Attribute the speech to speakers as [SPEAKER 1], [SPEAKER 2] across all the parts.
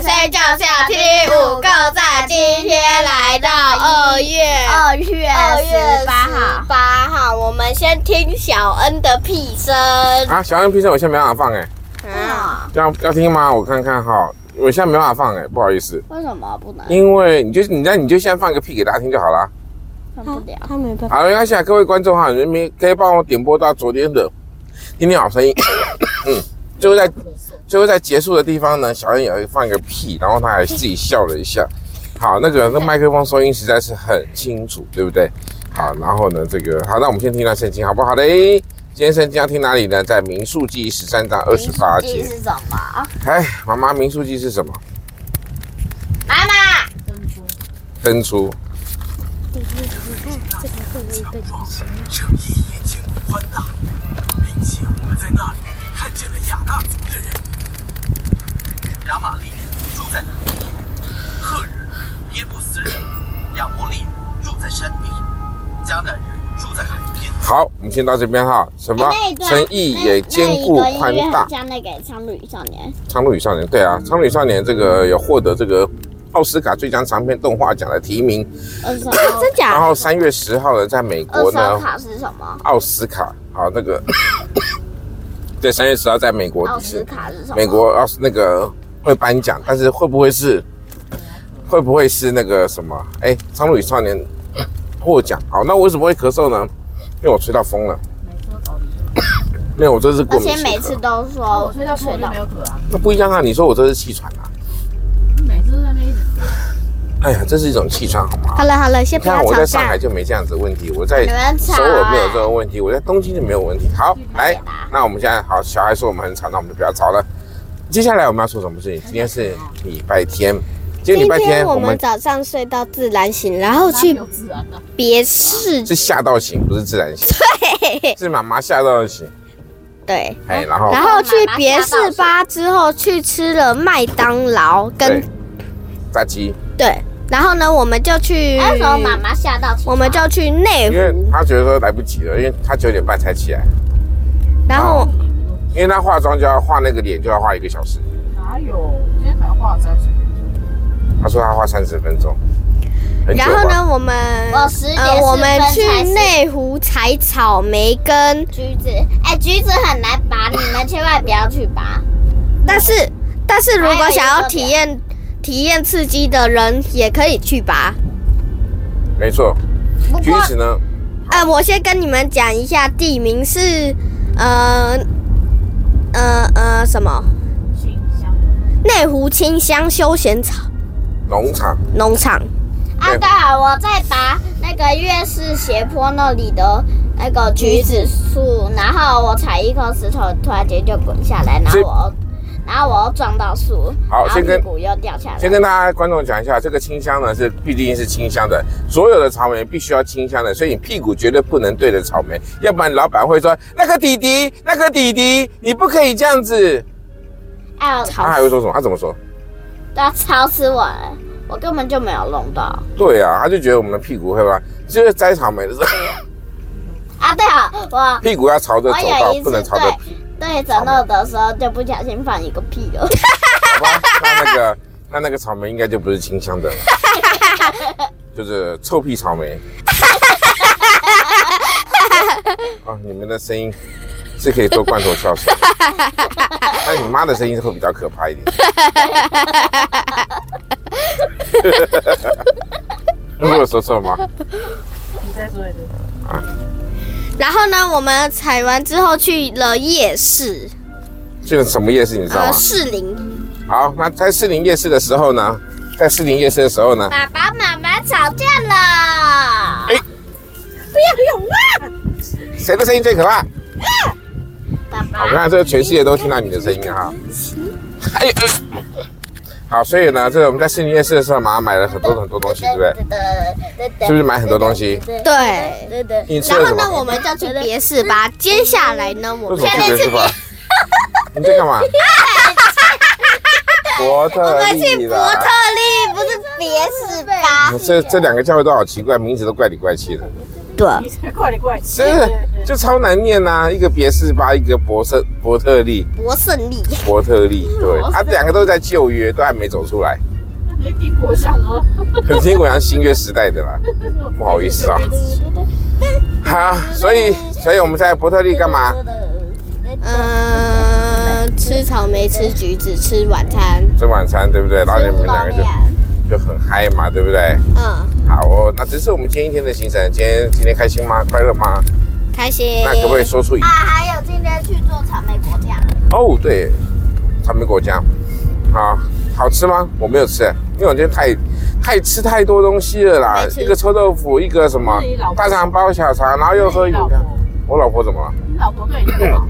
[SPEAKER 1] 睡觉小踢舞够赞，今天来到二月
[SPEAKER 2] 二月
[SPEAKER 1] 二月
[SPEAKER 2] 十八号，
[SPEAKER 1] 八号，我们先听小恩的屁声。
[SPEAKER 3] 啊，小 N P 声我现在没办法放哎、
[SPEAKER 2] 嗯，
[SPEAKER 3] 要要听吗？我看看哈，我现在没办法放哎、不好意思，
[SPEAKER 2] 为什么不能？
[SPEAKER 3] 因为你就你那你就现在放个屁给大家听就好啦。
[SPEAKER 2] 看不
[SPEAKER 4] 他
[SPEAKER 2] 了。
[SPEAKER 4] 他没办法，
[SPEAKER 3] 好，没关系啊，各位观众哈，你们可以帮我点播到昨天的《听听好声音》 嗯，最后在最后在结束的地方呢，小恩也放一个屁，然后他还自己笑了一下。好，那个那麦克风收音实在是很清楚，对不对？好，然后呢，这个好，那我们先听到圣经好不好嘞？今天圣经要听哪里呢？在民数记十三章二十八
[SPEAKER 2] 民
[SPEAKER 3] 节
[SPEAKER 2] 宿。是什么？
[SPEAKER 3] 哎，妈妈，民数记是什么？
[SPEAKER 2] 妈妈，
[SPEAKER 3] 登出。
[SPEAKER 5] 并且我们在那里看见了亚纳族的人，亚玛力人住在南地，赫人、耶布斯人、亚摩利人住在山地，迦南人住在海边。
[SPEAKER 3] 好，我们先到这边哈。什么
[SPEAKER 2] 哎那一？段
[SPEAKER 3] 诚意也兼顾宽大。
[SPEAKER 2] 像那个嗯《苍鹭与少年
[SPEAKER 3] 苍鹭与少年，对啊，苍鹭与少年这个有获得这个奥斯卡最佳长片动画奖的提名。》
[SPEAKER 2] 二 十号。真
[SPEAKER 3] 然？后三月十号呢，在美
[SPEAKER 2] 二
[SPEAKER 3] 国
[SPEAKER 2] 十号
[SPEAKER 3] 呢，
[SPEAKER 2] 啊卡是什么？
[SPEAKER 3] 奥斯卡，好 那个，对，三月十号在美国
[SPEAKER 2] 奥
[SPEAKER 3] 迪士
[SPEAKER 2] 斯
[SPEAKER 3] 尼
[SPEAKER 2] 卡是什么？
[SPEAKER 3] 美国奥斯那个会颁奖，但是会不会是会不会是那个什么？哎，《苍鹭与少年》获奖。好，那我为什么会咳嗽呢？因为我吹到风了。没有，我这是过
[SPEAKER 2] 而
[SPEAKER 3] 敏
[SPEAKER 2] 且
[SPEAKER 3] 性
[SPEAKER 2] 每
[SPEAKER 3] 咳
[SPEAKER 2] 次都
[SPEAKER 1] 哦
[SPEAKER 2] 说
[SPEAKER 6] 吹到
[SPEAKER 2] 吹
[SPEAKER 6] 我就
[SPEAKER 2] 到
[SPEAKER 6] 没有咳啊，
[SPEAKER 3] 那不一样啊！你说我这是气喘啊？
[SPEAKER 6] 每次都在那边一直
[SPEAKER 3] 哎呀，这是一种气喘好吗？
[SPEAKER 4] 好了好了，先
[SPEAKER 3] 你
[SPEAKER 4] 不要
[SPEAKER 3] 看我在
[SPEAKER 4] 吵
[SPEAKER 3] 上海
[SPEAKER 4] 架。
[SPEAKER 3] 就没这样子的问题，我在
[SPEAKER 2] 你们吵
[SPEAKER 3] 首尔没有
[SPEAKER 2] 啊
[SPEAKER 3] 这个问题，我在东京就没有问题。好，来，那我们现在好，小孩说我们很吵，那我们就不要吵了。接下来我们要说什么事情？今天是礼拜天，今天礼
[SPEAKER 4] 今
[SPEAKER 3] 拜
[SPEAKER 4] 天
[SPEAKER 3] 天
[SPEAKER 4] 我
[SPEAKER 3] 我
[SPEAKER 4] 们
[SPEAKER 3] 们
[SPEAKER 4] 早上睡到自然醒，然后去
[SPEAKER 6] 有自然的，
[SPEAKER 4] 别室，
[SPEAKER 3] 是吓到醒，不是 自然醒，是妈妈吓到醒。
[SPEAKER 4] 对，
[SPEAKER 3] 哎，然后
[SPEAKER 4] 然后去别室吧之后去吃了麦当劳跟
[SPEAKER 3] 对，炸鸡，
[SPEAKER 4] 对，然后呢我们就去，
[SPEAKER 2] 那时候妈妈吓到起
[SPEAKER 4] 我
[SPEAKER 2] 床，
[SPEAKER 4] 们就去内
[SPEAKER 3] 因
[SPEAKER 4] 湖，
[SPEAKER 3] 为他觉得说来不及了，因为他九点半才起来，哎
[SPEAKER 4] 然后
[SPEAKER 3] 因为他化妆就要化那个脸就要化一个小时，
[SPEAKER 6] 哪有？今天才画三十分钟，
[SPEAKER 3] 他说他化三十分钟，很久
[SPEAKER 4] 然后
[SPEAKER 3] 吧？
[SPEAKER 4] 呢我们
[SPEAKER 2] 我十点
[SPEAKER 4] 呃我们
[SPEAKER 2] 40
[SPEAKER 4] 去
[SPEAKER 2] 分才是
[SPEAKER 4] 内湖采草莓跟，
[SPEAKER 2] 橘子，哎，橘子很难拔，你们千万不要去拔。
[SPEAKER 4] 但是但是如
[SPEAKER 2] 还有
[SPEAKER 4] 果
[SPEAKER 2] 一个
[SPEAKER 4] 想要
[SPEAKER 2] 重点
[SPEAKER 4] 体验体验刺激的人也可以去吧。
[SPEAKER 3] 没错，
[SPEAKER 2] 不
[SPEAKER 3] 橘
[SPEAKER 2] 过
[SPEAKER 3] 子呢？
[SPEAKER 4] 呃，我先跟你们讲一下，地名是呃呃呃什么
[SPEAKER 6] 信箱。
[SPEAKER 4] 内湖清香休闲草
[SPEAKER 3] 农场
[SPEAKER 4] 农场。
[SPEAKER 2] 啊，对啊，我在拔那个月氏斜坡那里的那个橘子树，然后我踩一颗石头，突然间就滚下来，然后
[SPEAKER 3] 所以
[SPEAKER 2] 我，然后我又撞到树，然
[SPEAKER 3] 好
[SPEAKER 2] 后
[SPEAKER 3] 先跟
[SPEAKER 2] 屁股又掉下来。
[SPEAKER 3] 先跟大家观众讲一下，这个清香呢是必定是清香的，所有的草莓必须要清香的，所以你屁股绝对不能对着草莓，要不然老板会说那个弟弟，那个弟弟，你不可以这样子。
[SPEAKER 2] 哎呦，
[SPEAKER 3] 他还会说什么？他怎么说？
[SPEAKER 2] 对啊，吵死我了！我根本就没有弄到。
[SPEAKER 3] 对啊，他就觉得我们的屁股会吧，就是摘草莓的时候，
[SPEAKER 2] 啊，对啊，我
[SPEAKER 3] 屁股要朝着
[SPEAKER 2] 我
[SPEAKER 3] 走
[SPEAKER 2] 有
[SPEAKER 3] 道
[SPEAKER 2] 一，
[SPEAKER 3] 不
[SPEAKER 2] 次
[SPEAKER 3] 能朝着
[SPEAKER 2] 对对着弄的时候，就不小心放一个屁哦了。
[SPEAKER 3] 好吧？那那个 那那个草莓应该就不是清 香的了，就是臭屁草莓。啊，你们的声音是可以做罐头笑声，但你妈的声音会比较可怕 一点。 我有说错吗？
[SPEAKER 6] 你再说一遍。
[SPEAKER 4] 然后呢，我们采完之后去了夜市，
[SPEAKER 3] 去了什么夜市你知道啊
[SPEAKER 4] 呃，
[SPEAKER 3] 吗？
[SPEAKER 4] 士林。
[SPEAKER 3] 好，那在士林夜市的时候呢，在士林夜市的时候呢，
[SPEAKER 2] 爸爸妈妈吵架了。
[SPEAKER 3] 谁的声音最可怕？
[SPEAKER 2] 爸
[SPEAKER 3] 好，
[SPEAKER 2] 爸
[SPEAKER 3] 我看这个全世界都听到你的声音啊！哎呦，哎好，所以呢，这个我们在市林夜市的时候，马上买了很多很多东西，对不对？
[SPEAKER 2] 对
[SPEAKER 3] 是不是买很多东西？
[SPEAKER 4] 对
[SPEAKER 2] 对对。
[SPEAKER 3] 你吃
[SPEAKER 4] 然
[SPEAKER 3] 了什
[SPEAKER 4] 后呢，
[SPEAKER 3] 么？
[SPEAKER 4] 我们就去别室吧。接下来呢，我
[SPEAKER 3] 为
[SPEAKER 4] 们
[SPEAKER 3] 什么去别是吧？你在干嘛？伯特利啦！
[SPEAKER 4] 利不是别室吧？
[SPEAKER 3] 这这两个教会都好奇怪，名字都怪里怪气的。
[SPEAKER 4] 对，
[SPEAKER 6] 你才怪里怪气。
[SPEAKER 3] 真的就超难念呐、一个别是巴，一个博圣伯特利，
[SPEAKER 4] 博胜利。
[SPEAKER 3] 伯特利，对，他、两个都在旧约，都还没走出来，
[SPEAKER 6] 没听过像哦。
[SPEAKER 3] 很听果像新约时代的啦。不好意思啊好，所以所以我们在伯特利干嘛？
[SPEAKER 4] 嗯，吃草莓，吃橘子，吃晚餐，
[SPEAKER 3] 吃晚餐对不对？哎然后你们两个
[SPEAKER 4] 吃泡面
[SPEAKER 3] 就就很嗨嘛，对不对？
[SPEAKER 4] 嗯，
[SPEAKER 3] 好哦，那这是我们今天一天的行程。今天今天开心吗？快乐吗？
[SPEAKER 4] 开心。
[SPEAKER 3] 那可不可以说出一？
[SPEAKER 2] 啊，还有今天去做草莓果酱，
[SPEAKER 3] 哦，对，草莓果酱，好啊好吃吗？我没有吃，因为我今天太太吃太多东西了啦
[SPEAKER 4] 太，吃
[SPEAKER 3] 一个臭豆腐，一个什么
[SPEAKER 6] 是你老婆
[SPEAKER 3] 大肠包小肠，然后又喝饮
[SPEAKER 6] 老
[SPEAKER 3] 料。
[SPEAKER 6] 婆，
[SPEAKER 3] 我老婆怎么了？
[SPEAKER 6] 你老婆对你这么好，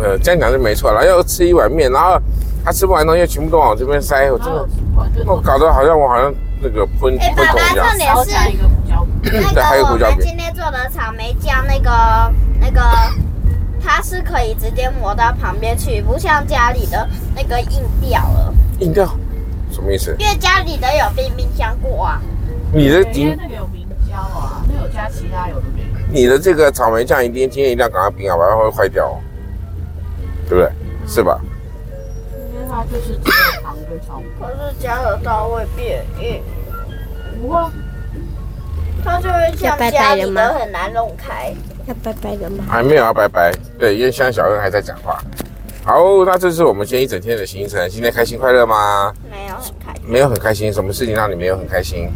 [SPEAKER 3] 呃，这样讲就没错了，又吃一碗面，然后她吃不完东西全部都往我这边塞，我真的，
[SPEAKER 6] 真
[SPEAKER 3] 我搞得好像我好像那个喷
[SPEAKER 2] 哎
[SPEAKER 3] 喷
[SPEAKER 2] 爸
[SPEAKER 3] 口
[SPEAKER 2] 爸
[SPEAKER 3] 一样。
[SPEAKER 2] 重点是
[SPEAKER 6] 加一个胡椒粉，
[SPEAKER 3] 嗯对还
[SPEAKER 2] 那
[SPEAKER 3] 有
[SPEAKER 2] 个
[SPEAKER 3] 胡
[SPEAKER 2] 我
[SPEAKER 3] 椒
[SPEAKER 2] 们
[SPEAKER 3] 饼
[SPEAKER 2] 今天做的草莓酱，那个那个它是可以直接抹到旁边去，不像家里的那个硬掉了，
[SPEAKER 3] 饮料什么意思？
[SPEAKER 2] 因为家里的有冰冰箱过啊。
[SPEAKER 3] 你的
[SPEAKER 6] 因为
[SPEAKER 3] 饮
[SPEAKER 6] 那个有明胶啊，那有加其他有的没有。
[SPEAKER 3] 你的这个草莓酱一定今天一定要赶快冰好，不然会坏掉哦，对不对？是吧？
[SPEAKER 6] 因为它就是只有糖跟草莓，
[SPEAKER 2] 可是加了它会变硬，
[SPEAKER 6] 不过
[SPEAKER 2] 它就会像
[SPEAKER 4] 要拜
[SPEAKER 2] 家
[SPEAKER 4] 拜
[SPEAKER 2] 里
[SPEAKER 4] 了吗
[SPEAKER 2] 的很难弄开。
[SPEAKER 4] 要拜拜了吗？
[SPEAKER 3] 还没有啊，拜拜。对，因为现在小恩还在讲话。好，那这是我们今天一整天的行程。今天开心快乐吗？
[SPEAKER 2] 没有很开。
[SPEAKER 3] 没有很开心，什么事情让你没有很开心？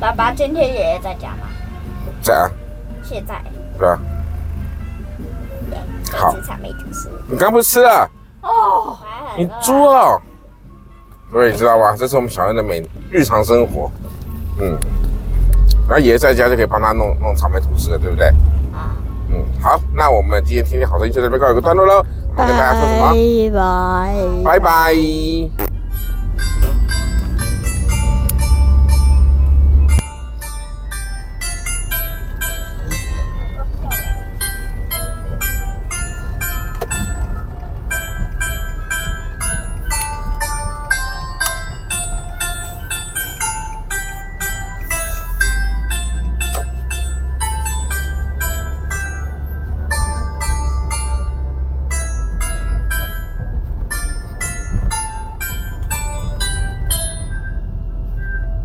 [SPEAKER 2] 爸爸今天爷爷在家吗？
[SPEAKER 3] 在啊，
[SPEAKER 2] 现在
[SPEAKER 3] 对吧、
[SPEAKER 2] 在
[SPEAKER 3] 好
[SPEAKER 2] 吃草莓吐司。
[SPEAKER 3] 你刚不是吃了？
[SPEAKER 6] 哦，
[SPEAKER 3] 你猪哦！对，你知道啊吧？这是我们小恩的每日常生活。嗯，然后爷爷在家就可以帮他弄弄草莓吐司了，对不对？
[SPEAKER 2] 啊
[SPEAKER 3] 嗯，好，那我们今天天天好声音就在这边告一个段落喽。我们跟大家说什么？
[SPEAKER 4] 拜拜。
[SPEAKER 3] 拜拜